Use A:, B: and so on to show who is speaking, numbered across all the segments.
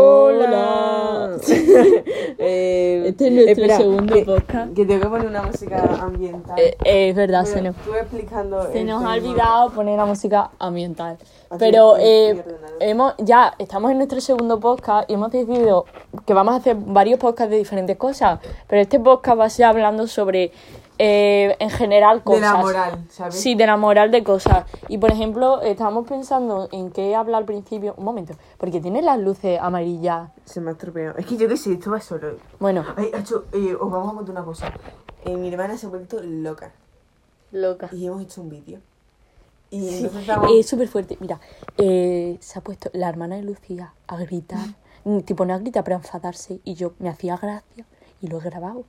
A: Hola.
B: Hola.
A: Eh,
B: Este es nuestro
A: espera,
B: segundo
A: que,
B: podcast.
A: Que tengo que poner una música ambiental.
B: Eh, eh, es verdad,
A: Pero
B: se nos,
A: Estuve explicando.
B: se
A: el
B: nos ha
A: tema.
B: olvidado poner la música ambiental.
A: eh, Así
B: Pero
A: que
B: eh,
A: no pierden nada.
B: hemos, ya estamos en nuestro segundo podcast y hemos decidido que vamos a hacer varios podcasts de diferentes cosas. Pero este podcast va a ser hablando sobre, eh, en general,
A: De
B: cosas.
A: la moral, ¿sabes?
B: Sí, de la moral de cosas. Y por ejemplo, estábamos pensando en qué hablar al principio. Un momento, porque tiene las luces amarillas.
A: Se me ha estropeado. Es que yo que sé, esto va solo.
B: Bueno,
A: Ay, Acho, eh, os vamos a contar una cosa. Eh, mi hermana se ha vuelto loca.
B: loca.
A: Y hemos hecho un vídeo. Y entonces estamos.
B: Es súper fuerte. eh, Mira, eh, se ha puesto la hermana de Lucía a gritar. Mm, tipo, no a gritar, pero a enfadarse. Y yo me hacía gracia y lo he grabado.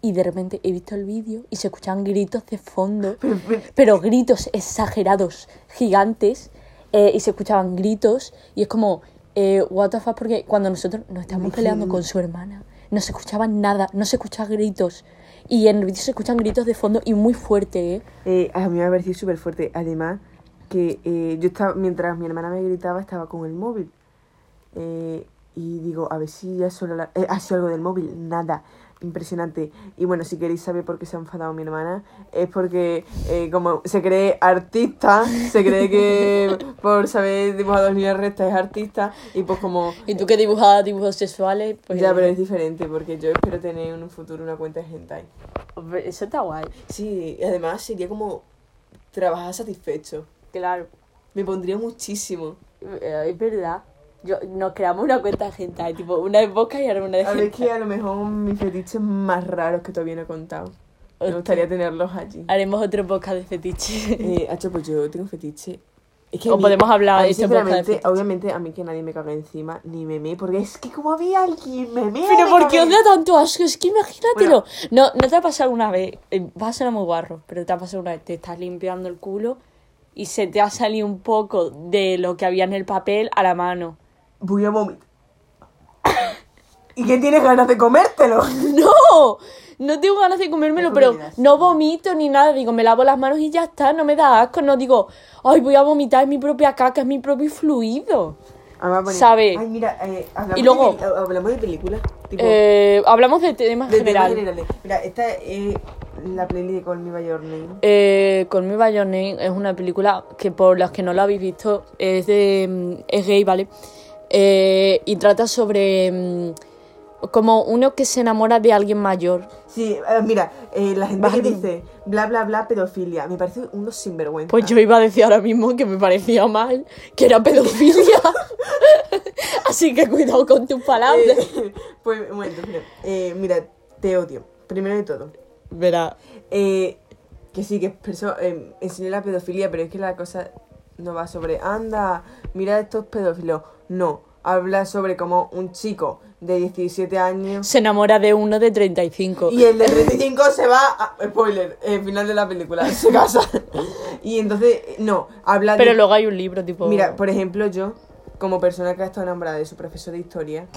B: Y de repente he visto el vídeo y se escuchaban gritos de fondo. pero gritos exagerados, gigantes. eh, y se escuchaban gritos. Y es como, eh, what the fuck, porque cuando nosotros nos estábamos peleando con su hermana, no se escuchaba nada, no se escuchaban gritos. Y en el vídeo se escuchan gritos de fondo y muy fuerte, ¿eh?
A: Eh, a mí me ha parecido súper fuerte. Además, que eh, yo estaba, mientras mi hermana me gritaba, estaba con el móvil. Eh, y digo, a ver si ya solo la- eh, ha sido algo del móvil. Nada. Impresionante. Y bueno, si queréis saber por qué se ha enfadado mi hermana, es porque eh, como se cree artista, se cree que por saber dibujar dos líneas rectas es artista. Y pues como...
B: Y tú que dibujabas dibujos sexuales, pues.
A: Ya, pero es diferente porque yo espero tener en un futuro una cuenta de hentai.
B: Hombre, Eso está guay.
A: Sí, y además sería como trabajar satisfecho.
B: Claro.
A: Me pondría muchísimo.
B: Eh, Es verdad. Yo, nos creamos una cuenta de gente, eh, tipo, una de boca y ahora una de
A: A ver,
B: gente.
A: que a lo mejor mis fetiches más raros que todavía no he contado. Me gustaría tenerlos allí.
B: Haremos otro podcast de fetiche.
A: Eh, Hacho, pues yo tengo un fetiche. Es que a
B: O podemos hablar
A: a mí,
B: de este podcast de
A: sinceramente,
B: fetiches.
A: obviamente a mí que nadie me caga encima ni me mee, porque es que como había alguien me mea,
B: Pero
A: me
B: ¿por qué os
A: caga
B: da tanto asco? Es que imagínatelo. No, no te ha pasado una vez, eh, va a ser muy guarro, pero te ha pasado una vez, te estás limpiando el culo y se te ha salido un poco de lo que había en el papel a la mano.
A: en- Voy a vomitar. ¿Y qué tienes ganas de comértelo?
B: ¡No! No tengo ganas de comérmelo,
A: Tú
B: pero
A: comerás.
B: no vomito ni nada. Digo, me lavo las manos y ya está, no me da asco. No digo, ay, voy a vomitar, es mi propia caca, es mi propio fluido.
A: Además, pone,
B: Sabe.
A: Ay, mira, eh, hablamos,
B: Y luego-
A: de, pel- hablamos de películas. Tipo,
B: Eh, hablamos de temas
A: de temas
B: general.
A: generales. Mira, esta es la playlist de Call Me By Your Name.
B: Eh, Call Me By Your Name es una película que por los que no la habéis visto es de mm, es gay, ¿vale? Eh, y trata sobre mm, como uno que se enamora de alguien mayor.
A: Sí, eh, mira, eh, la gente
B: Vas
A: que
B: a ti-
A: dice bla bla bla pedofilia, me parece unos sinvergüenza. Eh,
B: Pues yo iba a decir ahora mismo que me parecía mal, que era pedofilia. Así que cuidado con tus palabras.
A: Eh, pues un momento, mira, eh, mira, te odio, primero de todo.
B: Verá.
A: Eh, que sí, que expreso, eh, enseñé la pedofilia, pero es que la cosa no va sobre, anda, mira estos pedófilos. No, habla sobre como un chico de 17 años
B: Se enamora de uno de 35.
A: Y el de 35 se va a, Spoiler, el final de la película, se casa. Y entonces, no, habla
B: Pero
A: de...
B: luego hay un libro tipo...
A: Mira, pues, por ejemplo, yo, como persona que ha estado enamorada de su profesor de historia...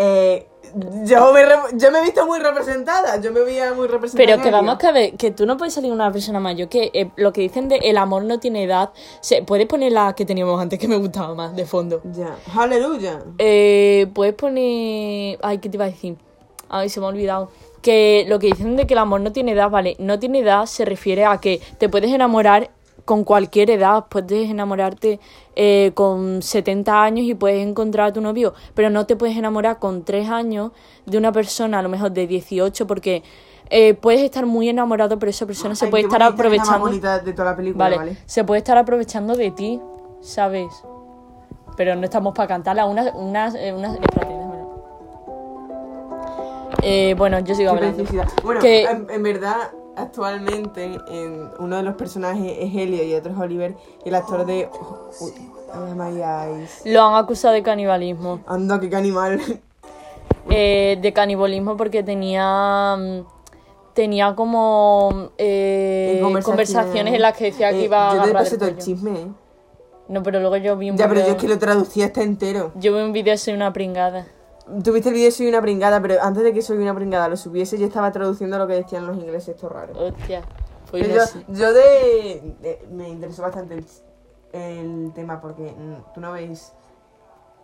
A: eh, yo, me re- yo me he visto muy representada, yo me veía muy representada.
B: Pero
A: en
B: que
A: ella.
B: vamos que ver, que tú no puedes salir una persona mayor, que eh, lo que dicen de el amor no tiene edad, se, puedes poner la que teníamos antes que me gustaba más de fondo.
A: Ya, aleluya.
B: Eh, puedes poner... Ay, ¿qué te iba a decir? Ay, se me ha olvidado. Que lo que dicen de que el amor no tiene edad, vale, no tiene edad se refiere a que te puedes enamorar con cualquier edad, puedes enamorarte eh, con 70 años y puedes encontrar a tu novio, pero no te puedes enamorar con 3 años de una persona, a lo mejor de 18, porque eh, puedes estar muy enamorado, pero esa persona se
A: Ay,
B: puede
A: qué
B: estar
A: bonita, es la más
B: aprovechando
A: bonita de toda la película,
B: vale.
A: ¿vale?
B: Se puede estar aprovechando de ti, ¿sabes? Pero no estamos para cantarla. Unas. Unas. eh, unas espérate, déjamelo. Eh, bueno, yo sigo
A: Qué
B: hablando.
A: preciosidad. Bueno, eh,
B: Que-
A: en, en verdad, actualmente en- uno de los personajes es Helio y otro es Oliver. Y el actor de. Uy, oh my eyes.
B: Lo han acusado de canibalismo.
A: Anda, que animal.
B: Eh, de canibalismo porque tenía. mm, Tenía como. eh, conversaciones en las que decía que
A: Eh,
B: iba
A: Yo
B: a.
A: te
B: agarrar
A: pasé
B: el
A: todo el
B: pollo.
A: chisme, ¿eh?
B: No, pero luego yo vi un
A: Ya, pero
B: video.
A: yo es que lo traducía hasta entero.
B: Yo vi un video soy una pringada.
A: Tuviste el vídeo Soy una pringada, pero antes de que Soy una pringada lo subiese, yo estaba traduciendo lo que decían los ingleses, esto raro.
B: Hostia. Pues
A: Pero
B: no
A: yo,
B: sé.
A: yo de, de- Me interesó bastante el, el tema porque mm, tú no ves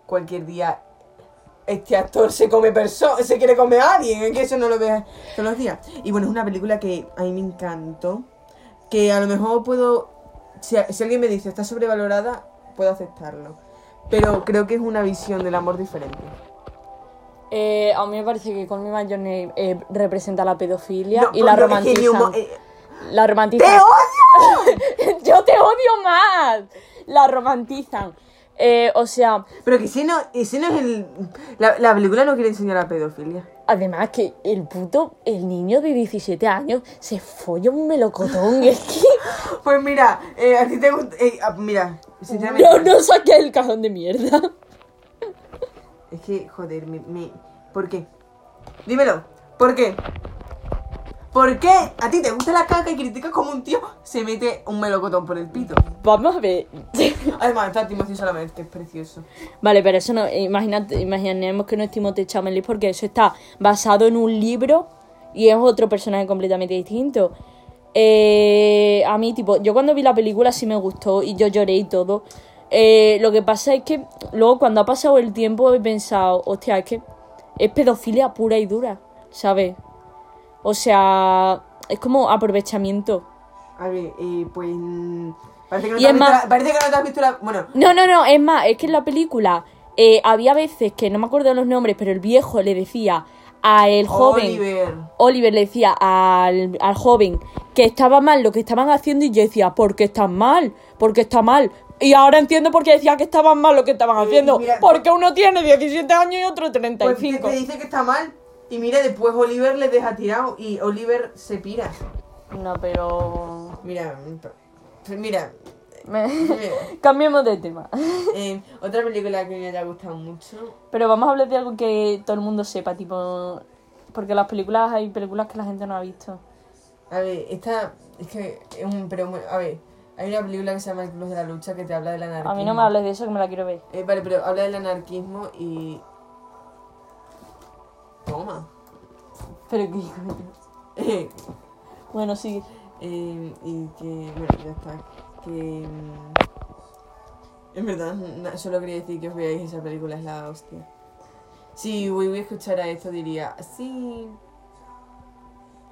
A: cualquier día este actor se come perso se quiere comer a alguien, es que eso no lo ves todos los días. Y bueno, es una película que a mí me encantó, que a lo mejor puedo, si, a- si alguien me dice está sobrevalorada, puedo aceptarlo. Pero creo que es una visión del amor diferente.
B: Eh, a mí me parece que Call Me By Your Name, eh, representa la pedofilia
A: No,
B: y la
A: coño, es que ni
B: romantiza.
A: humo- eh,
B: La
A: ¡Te
B: romantizan.
A: odio!
B: Yo te odio más. La romantizan. Eh, o sea,
A: Pero que si no, ese no es el... La, la película no quiere enseñar la pedofilia.
B: además que el puto, el niño de 17 años se folla un melocotón. es que
A: Pues mira, eh, a ti te gusta... eh, ah, mira, sinceramente...
B: no, no saqué el cajón de mierda.
A: Es que, joder, me, me- ¿Por qué? Dímelo, ¿por qué? ¿Por qué a ti te gusta la caca y criticas como un tío se mete un melocotón por el pito?
B: Vamos a ver.
A: Además, está Timothy Chalamet, que es precioso.
B: Vale, pero eso no. Imagínate, imaginemos que no es Timothée Chalamet porque eso está basado en un libro y es otro personaje completamente distinto. Eh, a mí, tipo, yo cuando vi la película sí me gustó y yo lloré y todo. Eh, lo que pasa es que luego cuando ha pasado el tiempo he pensado, hostia, es que es pedofilia pura y dura, ¿sabes? O sea, es como aprovechamiento.
A: A ver, eh, pues... mm, Parece que, no
B: Y
A: te has
B: es
A: visto
B: más-
A: la- parece que no te has visto la... Bueno,
B: No, no, no, es más, es que en la película eh, había veces que no me acuerdo los nombres, pero el viejo le decía a el joven.
A: Oliver.
B: Oliver le decía al, al joven que estaba mal lo que estaban haciendo y yo decía, ¿por qué están mal? ¿Por qué está mal? Y ahora entiendo por qué decía que estaban mal lo que estaban haciendo.
A: mira-
B: porque uno tiene 17 años y otro 35.
A: Pues te, te dice que está mal y mira, después Oliver le deja tirado y Oliver se pira.
B: No, pero...
A: Mira, mm, p- mira,
B: me-
A: mira.
B: Cambiemos de tema.
A: Eh, otra película que me haya gustado mucho.
B: Pero vamos a hablar de algo que todo el mundo sepa, tipo... Porque las películas, hay películas que la gente no ha visto.
A: A ver, esta es que es un pero bueno, a ver, hay una película que se llama El Club de la Lucha que te habla del anarquismo.
B: A mí no me hables de eso que me la quiero ver.
A: Eh, vale, pero habla del anarquismo y toma.
B: Pero que... Bueno, sí.
A: Eh, y que, bueno, ya está. Que. mm, En verdad, na- solo quería decir que os veáis esa película, es la hostia. Si Wiwi escuchara esto, diría sí.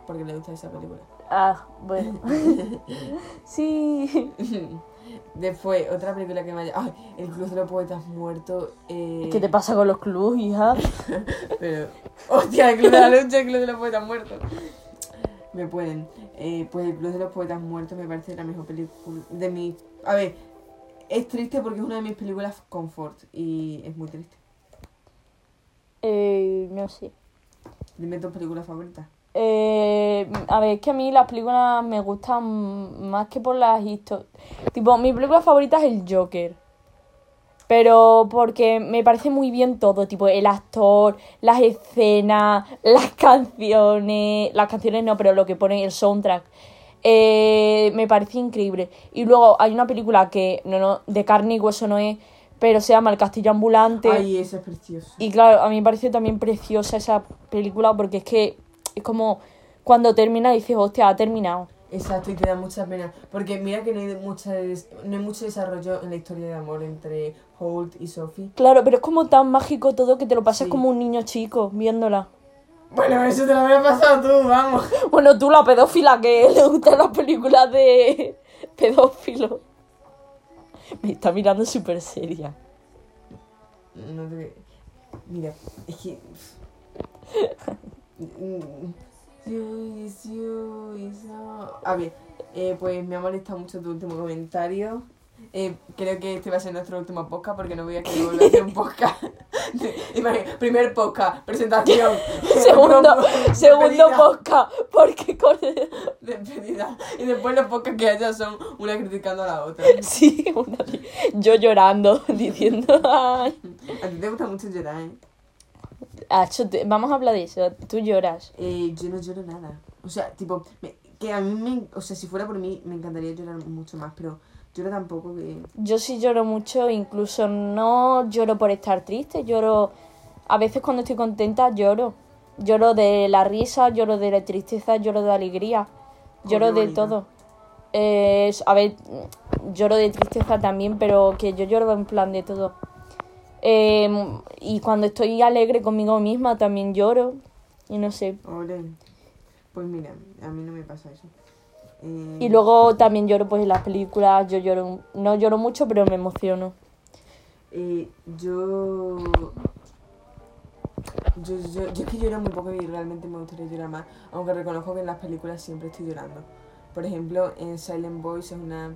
A: Porque le gusta esa película.
B: Ah, bueno. sí.
A: Después, otra película que me haya. Ay, El Club de los Poetas Muertos. Eh...
B: ¿Qué te pasa con los clubs, hija?
A: Pero. ¡Hostia! El Club de la Lucha, el Club de los Poetas Muertos. Me pueden. Eh, pues el Club de los Poetas Muertos me parece la mejor película. De mi. A ver, es triste porque es una de mis películas confort. Y es muy triste.
B: Eh, no sé.
A: Dime tus películas favoritas.
B: Eh, a ver, es que a mí las películas me gustan más que por las historias. Tipo, mi película favorita es el Joker. Pero porque me parece muy bien todo, tipo el actor, las escenas, las canciones, las canciones no, pero lo que ponen el soundtrack. Eh, me parece increíble. Y luego hay una película que no, no, de carne y hueso no es, pero se llama El Castillo Ambulante.
A: Ay, eso es precioso.
B: Y claro, a mí me pareció también preciosa esa película porque es que es como cuando termina dices, hostia, ha terminado.
A: Exacto, y te da mucha pena. Porque mira que no hay, mucha des- no hay mucho desarrollo en la historia de amor entre Holt y Sophie.
B: Claro, pero es como tan mágico todo que te lo pasas
A: Sí.
B: como un niño chico viéndola.
A: Bueno, eso te lo habría pasado tú, vamos.
B: Bueno, tú la pedófila que le gustan las películas de pedófilo. Me está mirando súper seria.
A: No te... Mira, es que... Yui, yui, so- A ver, eh, pues me ha molestado mucho tu último comentario. Eh, creo que este va a ser nuestro último podcast porque no voy a querer volver a hacer un podcast. Imagina, primer podcast, presentación.
B: Segundo,
A: Promo-
B: segundo
A: despedida,
B: podcast, porque con...
A: Despedida. Y después los podcasts que haya son una criticando a la otra.
B: Sí, una- yo llorando, diciendo... Ay.
A: A ti te gusta mucho llorar, ¿eh?
B: Acho, te- vamos a hablar de eso, tú lloras.
A: Eh, yo no lloro nada. O sea, tipo, me- que a mí me. O sea, si fuera por mí, me encantaría llorar mucho más, pero lloro tampoco que.
B: Yo sí lloro mucho, incluso no lloro por estar triste, lloro... A veces cuando estoy contenta lloro. Lloro de la risa, lloro de la tristeza, lloro de alegría,
A: Joder,
B: lloro de
A: bonita.
B: todo. Eh, a ver, lloro de tristeza también, pero que yo lloro en plan de todo. Eh, y cuando estoy alegre conmigo misma también lloro. Y no sé.
A: Ole. Pues mira, a mí no me pasa eso. Eh,
B: Y luego también lloro pues en las películas, yo lloro, no lloro mucho, pero me emociono.
A: eh, yo... Yo, yo, yo es que lloro muy poco y realmente me gustaría llorar más, aunque reconozco que en las películas siempre estoy llorando. Por ejemplo, en Silent Voice es una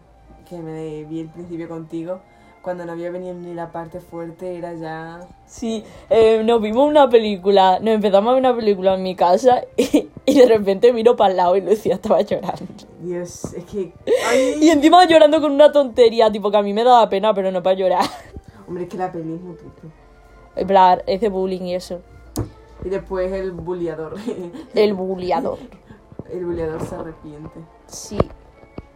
A: que me vi al principio contigo, cuando no había venido ni la parte fuerte, era ya...
B: Sí, eh, nos vimos una película, nos empezamos a ver una película en mi casa y, y de repente miro para el lado y Lucía estaba llorando.
A: Dios, es que... ¡Ay!
B: Y encima llorando con una tontería, tipo que a mí me daba pena, pero no para llorar.
A: Hombre, es que la peli es muy triste.
B: En plan, ese bullying y eso.
A: Y después el bulleador.
B: El bulliador.
A: el bulleador se arrepiente.
B: Sí.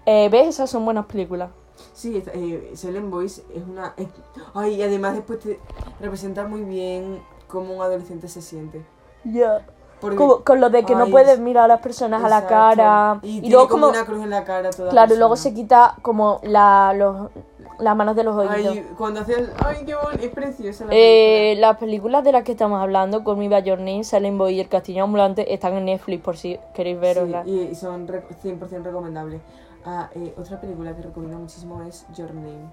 B: Eh, ¿Ves? Esas son buenas películas.
A: Sí, esta- eh, Silent Voice es una... es- ay, y además después te representa muy bien cómo un adolescente se siente.
B: Ya.
A: Porque-
B: Como- con lo de que no
A: ay,
B: puedes mirar a las personas a la
A: exacto.
B: cara.
A: Y,
B: Y,
A: tiene
B: luego
A: como
B: como...
A: una cruz en la cara toda
B: Claro, y luego se
A: persona.
B: quita como la, los, las manos de los oídos.
A: Ay, cuando hace el... Ay, qué bonito. Es preciosa la
B: Eh, las películas de las que estamos hablando, Con mi Your Name, Silent Boy y El Castillo Ambulante, están en Netflix por si queréis
A: película.
B: veroslas.
A: Sí, y, y son re- 100% recomendables. Ah, eh, otra película que recomiendo muchísimo es Your Name.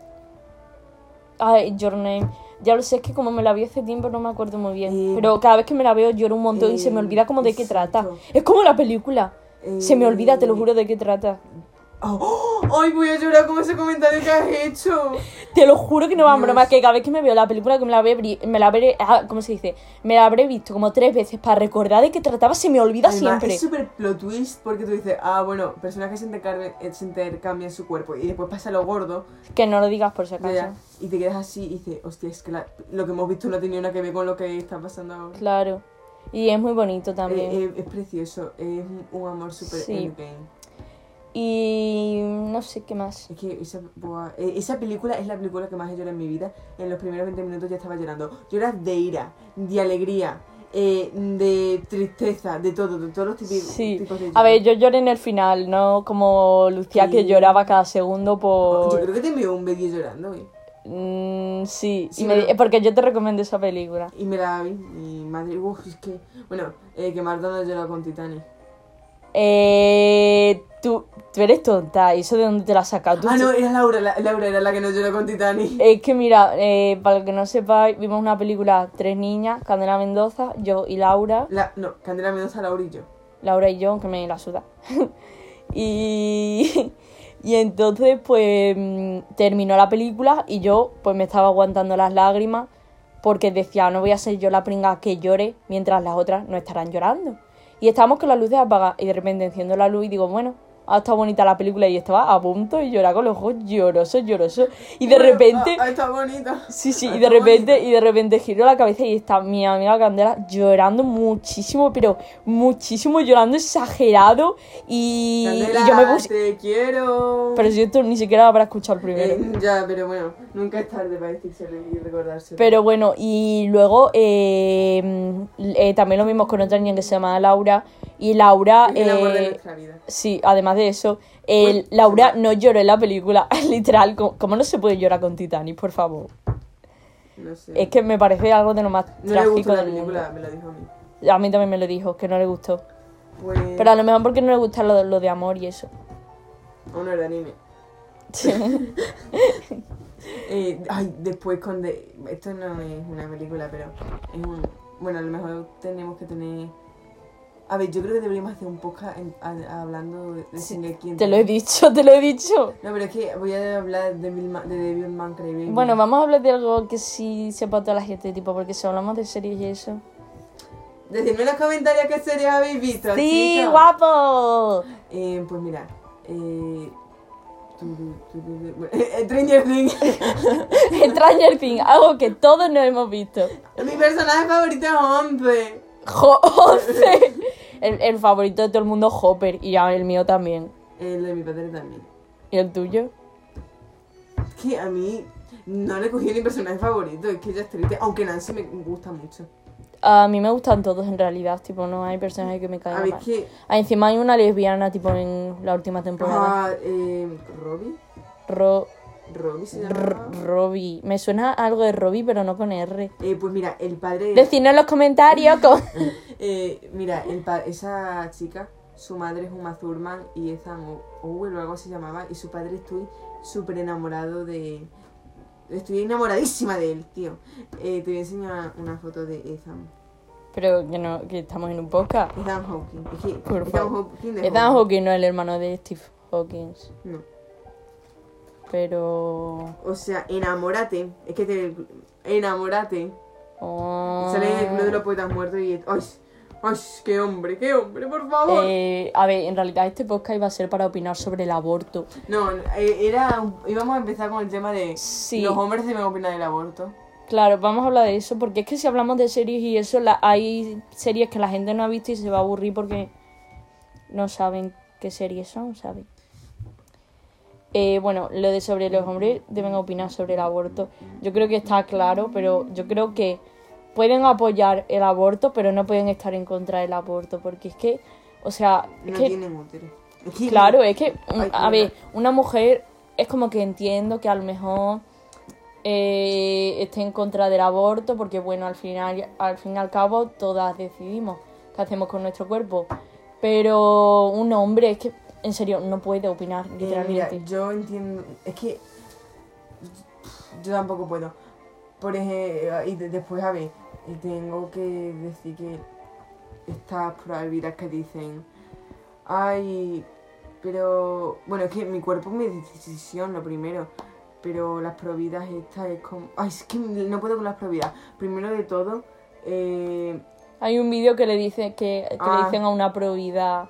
B: Ay, Your Name. Ya lo sé, es que como me la vi hace tiempo no me acuerdo muy bien.
A: Eh,
B: pero cada vez que me la veo lloro un montón y se me
A: eh,
B: olvida como de qué
A: exacto.
B: trata. Es como la película. Se me olvida, te lo
A: Eh,
B: juro, de qué trata.
A: ¡Oh! ¡Ay, voy a llorar con ese comentario que has hecho!
B: Te lo juro que no va a
A: Dios.
B: broma, que cada vez que me veo la película que me la habré, bri- me la habré- ah, ¿cómo se dice? Me la habré visto como tres veces para recordar de qué trataba, se me olvida
A: Además,
B: siempre.
A: Es súper plot twist porque tú dices, ah, bueno, personajes se intercambian, eh, se intercambian su cuerpo y después pasa lo gordo
B: Que no lo digas por si
A: ya,
B: acaso.
A: ya, y te quedas así y dices, hostia, es que la- lo que hemos visto no tenía nada que ver con lo que está pasando ahora.
B: Claro. Y es muy bonito también.
A: Eh, eh, es precioso, es un- un amor súper
B: Sí.
A: endgame.
B: Y no sé qué más.
A: Es que esa, buah, eh, esa película es la película que más he llorado en mi vida. En los primeros 20 minutos ya estaba llorando. Lloras de ira, de alegría, eh, de tristeza, de todo, de todos los tipi-
B: Sí.
A: tipos de
B: A ver,
A: lloros.
B: yo lloré en el final, ¿no? Como Lucía que
A: Sí. Ah,
B: lloraba cada segundo
A: Yo
B: por...
A: creo que te envió un vídeo llorando, eh.
B: Mm, sí,
A: Sí,
B: y me-
A: pero-
B: eh, porque yo te recomiendo esa película.
A: Y me la vi, mi madre, uff, es que, bueno, eh, que Marta no lloró con Titanic.
B: Eh, tú, tú eres tonta, ¿y ¿eso de dónde te la has sacado? Tú-
A: Ah, no, era Laura, la- Laura era la que no lloró con Titanic.
B: Es que mira, eh, para el que no sepáis, vimos una película, tres niñas, Candela Mendoza, yo y Laura,
A: La- no, Candela Mendoza, Laura y yo.
B: Laura y yo, aunque me la suda. y, y entonces, pues, mm, terminó la película y yo, pues, me estaba aguantando las lágrimas porque decía, no voy a ser yo la pringa que llore mientras las otras no estarán llorando. Y estábamos con las luces apagadas y de repente enciendo la luz y digo, bueno, ha estado bonita la película y estaba a punto y llorar con los ojos llorosos, llorosos. Y de
A: Bueno,
B: repente...
A: Ah, ah, está bonita.
B: Sí, sí,
A: Ah,
B: y de
A: está
B: repente,
A: bonita.
B: y de repente giro la cabeza y está mi amiga Candela llorando muchísimo, pero muchísimo, llorando exagerado. Y,
A: Candela,
B: y yo me puse.
A: te quiero.
B: Pero si esto ni siquiera habrá escuchado el primero.
A: Eh, ya, pero bueno, nunca es tarde para decírselo y recordarse.
B: Pero bueno, y luego eh, mm, eh, también lo mismo con otra niña que se llama Laura. Y Laura.
A: es el amor de
B: eh,
A: nuestra vida.
B: sí, además de eso, el-
A: Bueno,
B: Laura no lloró en la película, literal. co- ¿Cómo no se puede llorar con Titanic, por favor?
A: No sé.
B: Es que me parece algo de lo más
A: no le
B: eh, trágico
A: gustó la
B: del mundo.
A: película, me lo dijo a mí.
B: A mí también me lo dijo, que no le gustó.
A: Pues.
B: Pero a lo mejor porque no le gusta lo, lo de amor y eso.
A: Aún no era anime. Eh, ay, después con... de- Esto no es una película, pero es un... Bueno, a lo mejor tenemos que tener... A ver, yo creo que deberíamos hacer un podcast en- a- hablando de de Shingeki.
B: te lo he dicho, te lo he dicho.
A: No, pero es que voy a hablar de Devilman, de Devilman Crybaby.
B: Bueno, vamos a hablar de algo que sí sepa toda la gente, tipo, porque si hablamos de series y eso.
A: Decidme en los comentarios qué series habéis visto,
B: ¡Sí,
A: chicas.
B: guapo!
A: Eh, pues mira, eh... tu- tu- tu- tu- tu- eh, Stranger Things.
B: Stranger Things, algo que todos no hemos visto.
A: Mi personaje favorito es Hombre.
B: Jo- Once. El, el favorito de todo el mundo, Hopper, y ya el mío también.
A: El de mi padre también.
B: ¿Y el tuyo?
A: que a mí no le cogí ni personaje favorito, es que ella es triste, aunque Nancy me gusta mucho.
B: A mí me gustan todos en realidad, tipo, no hay personajes que me
A: A
B: caigan
A: ver,
B: mal.
A: que.
B: Pues Ah, encima hay una lesbiana, tipo, en la última temporada.
A: Ah, eh, Robbie.
B: Ro-
A: Robbie se llamaba.
B: R- Robbie. Me suena algo de Robbie, pero no con R.
A: Eh, pues mira, el padre.
B: Decidnos en los comentarios. con-
A: Eh, mira, el pa- esa chica, su madre es Uma Thurman y Ethan O- Owen o algo se llamaba, y su padre estoy súper enamorado de él. Estoy enamoradísima de él, tío. Eh, te voy a enseñar una foto de Ethan.
B: Pero que no, que estamos en un podcast.
A: Ethan Hawking. Es que
B: Por
A: Ethan
B: favor.
A: Hawking de
B: Ethan
A: Hawking.
B: Hawking no es el hermano de Steve Hawkins.
A: No.
B: Pero.
A: O sea, enamórate. Es que te... Enamórate.
B: Oh.
A: Sale de uno de los poetas muertos y... ¡Ay! ¡Ay! ¡Qué hombre! ¡Qué hombre, por favor!
B: Eh, a ver, en realidad este podcast iba a ser para opinar sobre el aborto.
A: No, eh, era... un- Íbamos a empezar con el tema de...
B: Sí.
A: Los hombres deben opinar del aborto.
B: Claro, vamos a hablar de eso, porque es que si hablamos de series y eso, la- hay series que la gente no ha visto y se va a aburrir porque no saben qué series son, ¿sabes? Eh, bueno, lo de sobre los hombres deben opinar sobre el aborto. Yo creo que está claro, pero yo creo que pueden apoyar el aborto, pero no pueden estar en contra del aborto, porque es que, o sea, es
A: No
B: que-
A: tienen útero. Es que-
B: Claro, es que, mm,
A: Ay,
B: a
A: perdona.
B: ver, una mujer es como que entiendo que a lo mejor eh, esté en contra del aborto, porque bueno, al final, al fin y al cabo, todas decidimos qué hacemos con nuestro cuerpo. Pero un hombre es que, en serio, no puede opinar,
A: Eh,
B: literalmente.
A: mira, yo entiendo... Es que... Yo tampoco puedo. Por ejemplo... Y de- después, a ver... y Tengo que decir que... Estas prohibidas que dicen... Ay... Pero... Bueno, es que mi cuerpo es mi decisión, lo primero. Pero las prohibidas estas es como... Ay, es que no puedo con las prohibidas. Primero de todo... Eh,
B: Hay un vídeo que le dice que, que
A: Ah.
B: le dicen a una probidad.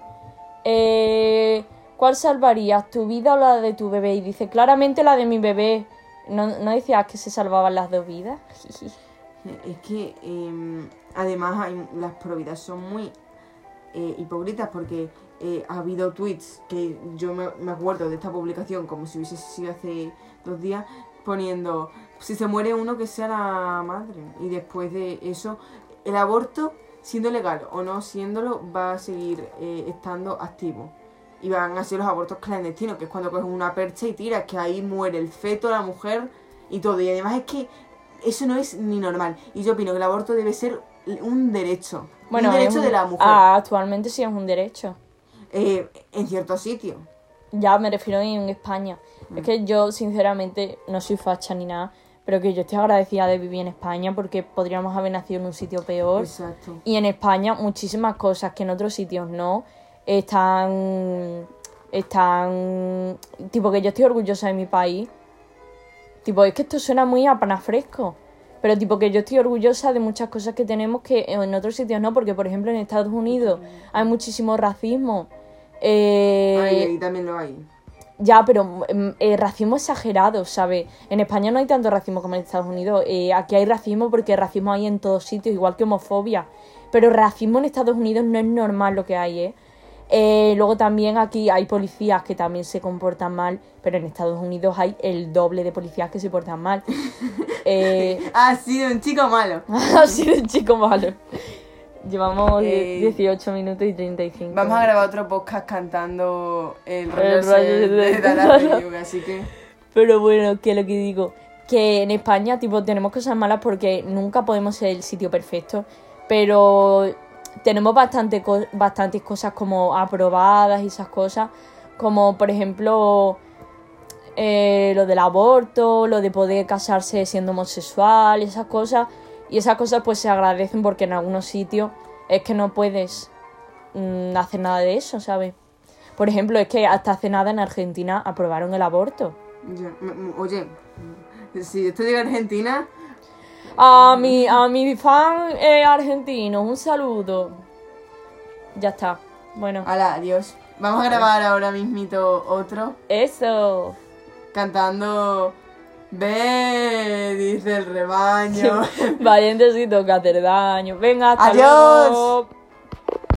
B: eh, ¿Cuál salvarías? ¿Tu vida o la de tu bebé? Y dice, claramente la de mi bebé. ¿No, no decías que se salvaban las dos vidas?
A: Es que eh, además hay- las prohibidas son muy eh, hipócritas porque eh, ha habido tweets que yo me, me acuerdo de esta publicación como si hubiese sido hace dos días poniendo si se muere uno que sea la madre y después de eso el aborto siendo legal o no siéndolo va a seguir eh, estando activo y van a ser los abortos clandestinos que es cuando coges una percha y tiras que ahí muere el feto la mujer y todo y además es que eso no es ni normal y yo opino que el aborto debe ser un derecho un
B: es
A: derecho
B: un-
A: de la mujer
B: Ah, actualmente sí es un derecho.
A: eh, en cierto sitio.
B: Ya me refiero en España.
A: Mm.
B: Es que yo, sinceramente, no soy facha ni nada, pero que yo estoy agradecida de vivir en España porque podríamos haber nacido en un sitio peor.
A: Pues Exacto.
B: Y en España muchísimas cosas que en otros sitios no están... Están... Tipo que yo estoy orgullosa de mi país. Tipo, es que esto suena muy a pana fresco. Pero tipo que yo estoy orgullosa de muchas cosas que tenemos que en otros sitios no. Porque, por ejemplo, en Estados Unidos hay muchísimo racismo. Eh,
A: Ay, ahí también lo hay.
B: ya, pero mm, eh, racismo exagerado, ¿sabes? En España no hay tanto racismo como en Estados Unidos. Eh, aquí hay racismo porque racismo hay en todos sitios, igual que homofobia. Pero racismo en Estados Unidos no es normal lo que hay, ¿eh? Eh, luego también aquí hay policías que también se comportan mal, pero en Estados Unidos hay el doble de policías que se portan mal. Eh,
A: Ha sido Ah, un chico malo.
B: ha sido un chico malo. Llevamos
A: Eh,
B: 18 minutos y 35.
A: Vamos a grabar otro podcast cantando el rollo
B: rollo
A: ese
B: de-
A: de Dallas Review, así que.
B: Pero bueno, que lo que digo, que en España, tipo, tenemos cosas malas porque nunca podemos ser el sitio perfecto, pero tenemos bastante co- bastantes cosas como aprobadas y esas cosas, como por ejemplo eh, lo del aborto, lo de poder casarse siendo homosexual, esas cosas, y esas cosas pues se agradecen porque en algunos sitios es que no puedes mm, hacer nada de eso, ¿sabes? Por ejemplo, es que hasta hace nada en Argentina aprobaron el aborto.
A: Ya, m- m- Oye, si esto llega a Argentina,
B: A mi, a mi fan eh, argentino, un saludo. Ya está. Bueno,
A: ala, adiós. Vamos a grabar ahora mismito otro
B: eso.
A: cantando. Ve, dice el rebaño.
B: Valientecito que hacer daño. Venga, hasta
A: Adiós.
B: luego.